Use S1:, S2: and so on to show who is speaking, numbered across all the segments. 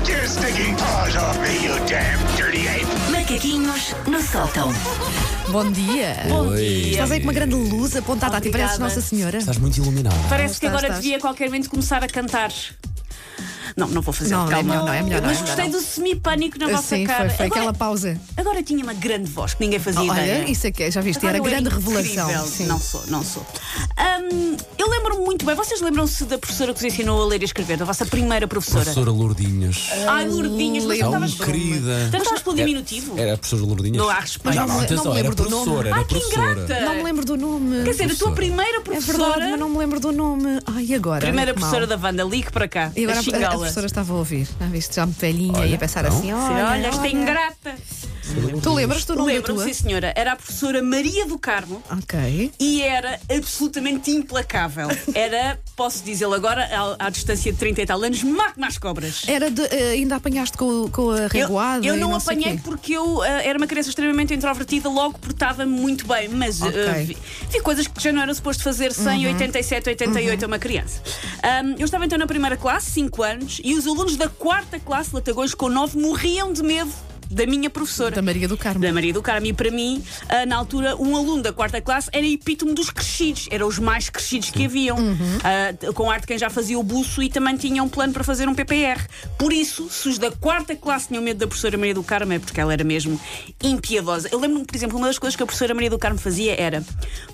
S1: taking paws off me, you damn dirty ape!
S2: Macaquinhos no sótão.
S3: Bom dia. Estás aí com uma grande luz apontada a ti,
S4: Obrigada.
S3: pareces Nossa Senhora.
S5: Estás muito iluminado.
S4: Parece que
S3: Estás,
S4: agora
S3: estás.
S4: devia a qualquer momento começar a cantar. Não, não vou fazer,
S3: Não, é
S4: calma.
S3: melhor não, é melhor não,
S4: Mas
S3: é melhor
S4: gostei
S3: não.
S4: do semipânico na vossa
S3: Ah, Sim,
S4: cara.
S3: foi, foi
S4: agora,
S3: aquela pausa.
S4: agora tinha uma grande voz que ninguém fazia
S3: Olha,
S4: ideia.
S3: isso aqui, já viste, era
S4: Agora eu
S3: grande
S4: incrível.
S3: revelação. Sim.
S4: Não sou, não sou. Hum, eu lembro-me muito bem. Vocês lembram-se da professora que vos ensinou a ler e escrever? Da vossa primeira professora?
S5: Professora Lourdinhas.
S4: Ai, Lourdinhas, mas tu
S5: Tão
S4: estavas...
S5: querida.
S4: Tu estavas pelo diminutivo?
S5: Era a professora Lourdinhas?
S4: Não há respeito.
S5: Não,
S3: Não
S5: não,
S3: me- não
S5: atenção,
S3: me
S5: era
S3: lembro do
S5: professora, era
S4: Ai, que
S5: professora.
S4: ingrata!
S3: Não me lembro do nome.
S4: Quer dizer, a tua
S5: Professora.
S4: primeira
S3: É
S4: professora...
S3: verdade, mas não me lembro do nome. Ai, agora.
S4: Primeira
S3: que
S4: professora
S3: mal.
S4: da Wanda, ligue para cá.
S3: E
S4: a
S3: agora a, a
S4: xingá-la.
S3: professora estava a ouvir. Já viste, já me velhinha
S5: Olha,
S3: e a pensar
S5: não.
S3: assim:
S4: Sim,
S3: olha,
S4: Olha, esta
S3: olha.
S4: ingrata.
S3: Tu lembras do nome da
S4: Lembro-me,
S3: tua?
S4: sim, senhora. Era a professora Maria do Carmo
S3: Ok.
S4: e era absolutamente implacável. Era, posso dizê-lo agora, à, à distância de 30 e tal anos, mate mais cobras.
S3: Era de, eh, ainda apanhaste com, com a
S4: Eu,
S3: reguada?
S4: eu
S3: e
S4: não,
S3: sei
S4: apanhei
S3: quê.
S4: porque eu ah, era uma criança extremamente introvertida, logo portava-me muito bem, mas ah,
S3: Ok. Uhum.
S4: vi, vi coisas que já não era suposto fazer sem 87, 88 a uma criança. Ahm, eu estava então na primeira classe, 5 anos, e os alunos da quarta classe, Latagões com 9, morriam de medo da minha professora.
S3: Da Maria do Carmo.
S4: da Maria do Carmo. E para mim, ah, na altura, um aluno da quarta classe era epítome dos crescidos, eram os mais crescidos que haviam,
S3: Uhum.
S4: Ah, com arte quem já fazia o buço e também tinha um plano para fazer um PPR. Por isso, se os da quarta classe tinham medo da professora Maria do Carmo, é porque ela era mesmo impiedosa. Eu lembro-me, por exemplo, uma das coisas que a professora Maria do Carmo fazia era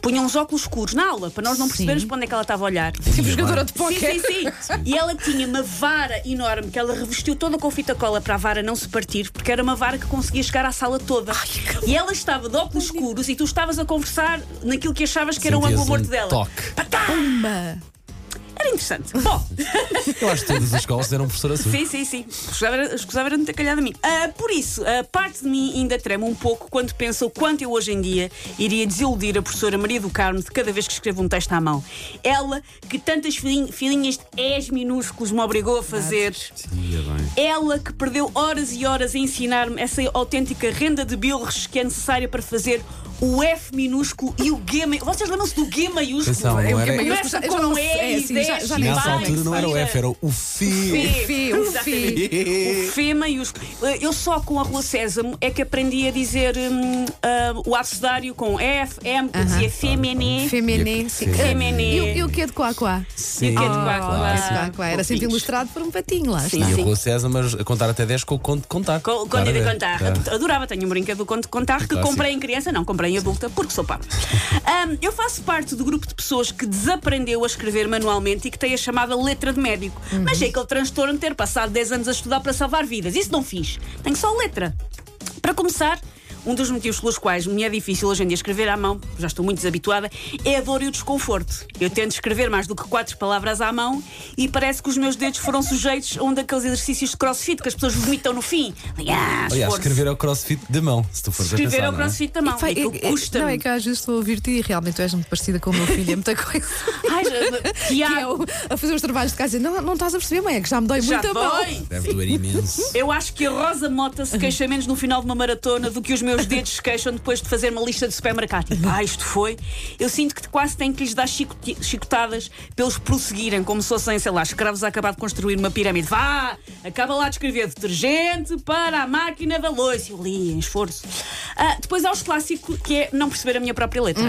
S4: punha uns óculos escuros na aula, para nós não
S3: Sim.
S4: percebermos para onde é que ela estava a olhar.
S3: Tipo jogadora de
S4: Sim,
S3: póquer.
S4: sim, sim. E ela tinha uma vara enorme que ela revestiu toda com fita cola para a vara não se partir, porque era uma vara que conseguia chegar à sala toda. e ela estava de óculos escuros e tu estavas a conversar naquilo que achavas que era o ângulo
S5: Sentias
S4: morto
S5: um
S4: dela.
S5: toque.
S3: Uma.
S4: Era interessante. Bom,
S5: Eu acho que todas as escolas eram assim. professora sua.
S4: sim, sim, sim. Escusava era- Escusava era muito calhada a mim. Ah, por isso, a parte de mim ainda trema um pouco quando pensa o quanto eu hoje em dia iria desiludir a professora Maria do Carmo de cada vez que escrevo um texto à mão. Ela, que tantas filhin- filhinhas de és minúsculos me obrigou a fazer.
S5: Ia bem.
S4: Ela que perdeu horas e horas a ensinar-me essa autêntica renda de bilres que é necessária para fazer o F minúsculo e o G maiúsculo. Vocês lembram-se do G maiúsculo?
S5: Atenção, não era-
S4: Começa
S3: Eu já
S4: com
S3: não-
S4: E
S3: é,
S4: e
S3: sim,
S4: 10
S3: já- já
S4: e
S3: nem
S5: Nessa
S3: sei.
S4: vai,
S5: altura não era o
S4: fira.
S5: F, era o Fi.
S4: Fê.
S3: Fê, o Fê.
S4: Exatamente. O Fê maiúsculo. Eu só com a Rua Sésamo é que aprendi a dizer hum, ah, o abecedário com F, M, que dizia Femené.
S3: Femené. sim.
S4: Femené.
S3: E o- E o que é de quá quá?
S5: Sim,
S4: Eu quero de quá, quá.
S3: Esse quá quá. Era sempre
S4: fofinhos.
S3: ilustrado por um patinho lá.
S4: Ah, Sim.
S3: está.
S5: E o Rua César, mas a contar até 10 com o conto de contar.
S4: Co-
S5: Claro,
S4: Conde de
S5: é.
S4: Contar.
S5: Tá.
S4: Adorava, tenho um brinquedo do Conde de Contar que
S5: Clássico.
S4: comprei em criança, não, comprei em adulta, porque sou pobre. Ahm, eu faço parte do grupo de pessoas que desaprendeu a escrever manualmente e que tem a chamada letra de médico. Mas é aquele transtorno de ter passado 10 anos a estudar para salvar vidas. Isso não fiz. Tenho só letra. Para começar. Um dos motivos pelos quais me é difícil hoje em dia escrever à mão, já estou muito desabituada, é a dor e o desconforto. Eu tento escrever mais do que quatro palavras à mão e parece que os meus dedos foram sujeitos a um daqueles exercícios de crossfit que as pessoas vomitam no fim. Ah,
S5: Aliás,
S4: esforço.
S5: escrever é o crossfit de mão, se tu fores a
S4: Escrever
S5: pensar,
S4: ao
S5: não é?
S4: crossfit da mão.
S3: Pá,
S4: Aquilo
S3: é- é-
S4: custa-me.
S3: não, é que eu às vezes estou a ouvir-te e realmente tu és muito parecida com o meu filho, é muita coisa.
S4: Ai, já-
S3: Que é
S4: Tiago,
S3: o- a fazer os trabalhos de casa e não, não estás a perceber, mãe, é que já me dói
S4: já
S3: muito a mão.
S4: foi.
S5: Deve doer imenso.
S4: Eu acho que a Rosa Mota se queixa menos no final de uma maratona do que os meus dedos se queixam depois de fazer uma lista de supermercado. Tipo, ah, isto foi. Eu sinto que quase tenho que lhes dar chicoti- chicotadas pelos prosseguirem, como se fossem, sei lá, escravos a acabar de construir uma pirâmide. Vá! Acaba lá de escrever detergente para a máquina da louça. Eu li em esforço. Ah, depois há os clássicos, que é não perceber a minha própria letra.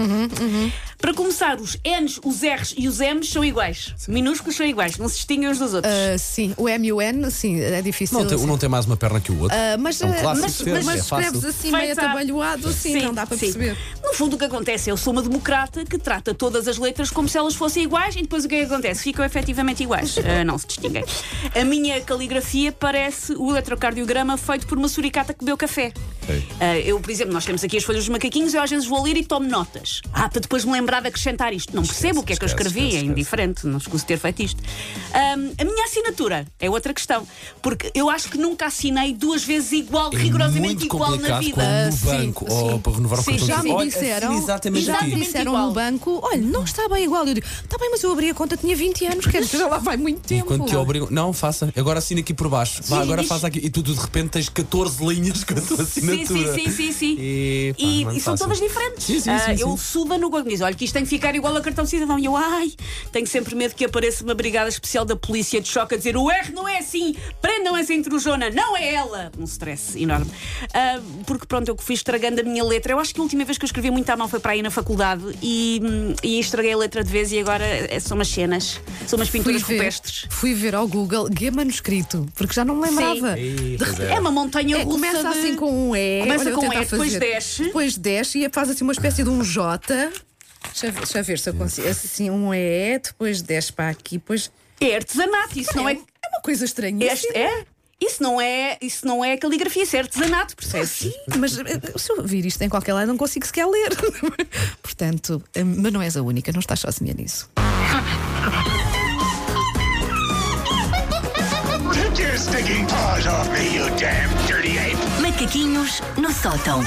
S4: Para começar, os N's, os R's e os M's são iguais. Minúsculos são iguais, não se distinguem uns dos outros.
S3: Ah, sim, o M e o N, sim, é difícil.
S5: Não tem, um não tem mais uma perna que o outro.
S3: Ah, mas
S5: é um
S3: ah,
S5: clássico,
S3: mas,
S5: sim,
S3: mas,
S5: é
S3: escreves
S5: fácil.
S3: assim meio
S4: Feita.
S3: atabalhoado, sim, não dá para
S4: sim.
S3: perceber.
S4: No fundo, o que acontece é eu sou uma democrata que trata todas as letras como se elas fossem iguais e depois o que é que acontece? Ficam efetivamente iguais. Ah, não se distinguem. A minha caligrafia parece o eletrocardiograma feito por uma suricata que bebeu café.
S5: Ok.
S4: Ah, eu, por exemplo, nós temos aqui as folhas dos macaquinhos, eu às vezes vou ler e tomo notas. Ah, para depois me lembrar de acrescentar isto. Não percebo o que é que eu
S5: esquece,
S4: escrevi,
S5: esquece,
S4: é
S5: esquece.
S4: indiferente, não escuso ter feito isto. Ahm, a minha assinatura é outra questão, porque eu acho que nunca assinei duas vezes igual,
S5: É
S4: rigorosamente
S5: muito
S4: igual na
S5: complicado
S4: vida.
S5: quando no
S3: sim,
S5: banco ou
S3: sim.
S5: para renovar o
S4: Sim,
S5: cartão de
S3: Já
S5: crédito.
S3: me
S5: Olha,
S3: disseram,
S5: exatamente
S3: já
S5: aqui.
S3: me
S4: Exatamente
S3: disseram
S4: igual.
S3: no banco, olha, não está bem igual. Eu digo, está bem, mas eu abri a conta, tinha 20 anos, quer dizer, já lá vai muito
S5: E
S3: tempo.
S5: quando te obrigam, não, faça, agora assina aqui por baixo. Vá,
S4: Sim,
S5: agora
S4: diz-
S5: faz aqui. E tu, tu, de repente tens 14 linhas com a tua
S4: Sim, sim,
S5: assinatura.
S4: sim, sim, sim.
S5: E, pá,
S4: E-
S5: mano,
S4: e são
S5: fácil.
S4: todas diferentes.
S5: Sim, sim,
S4: Ah,
S5: sim, sim.
S4: eu suba no gosto diz, olha, que isto tem que ficar igual ao cartão cidadão. E eu, ai, tenho sempre medo que apareça uma brigada especial da polícia de choque a dizer o R não é assim, prendam essa intrusona, não é ela. Um stress enorme. Ah, porque pronto, eu que fui estragando a minha letra. Eu acho que a última vez que eu escrevi muito à mão foi para aí na faculdade e, hum, e estraguei a letra de vez e agora eh, são umas cenas, são umas
S3: Fui
S4: pinturas
S3: ver,
S4: rupestres.
S3: fui ver ao Google Guia Manuscrito, porque já não me lembrava.
S5: Ih, pois é.
S4: É uma montanha
S3: É,
S4: russa.
S3: começa
S4: de-
S3: assim com um E.
S4: Começa
S3: olha, eu
S4: com
S3: tentar
S4: E, depois
S3: fazer.
S4: desce.
S3: Depois desce e faz assim uma espécie de um J. Deixa eu ver, deixa eu ver se eu consigo. Assim, um E, depois desce para aqui, depois.
S4: É artesanato, isso não
S3: é,
S4: é.
S3: é uma coisa estranha.
S4: Este é? Isso não é, isso não é caligrafia, isso é artesanato, percebes?
S3: Sim, mas eh, se eu vir isto em qualquer lado, não consigo sequer ler. Portanto, eh, mas não és a única, não estás sozinha nisso.
S1: Take your stinking paws off me, you damn dirty ape!
S2: Macaquinhos no sótão.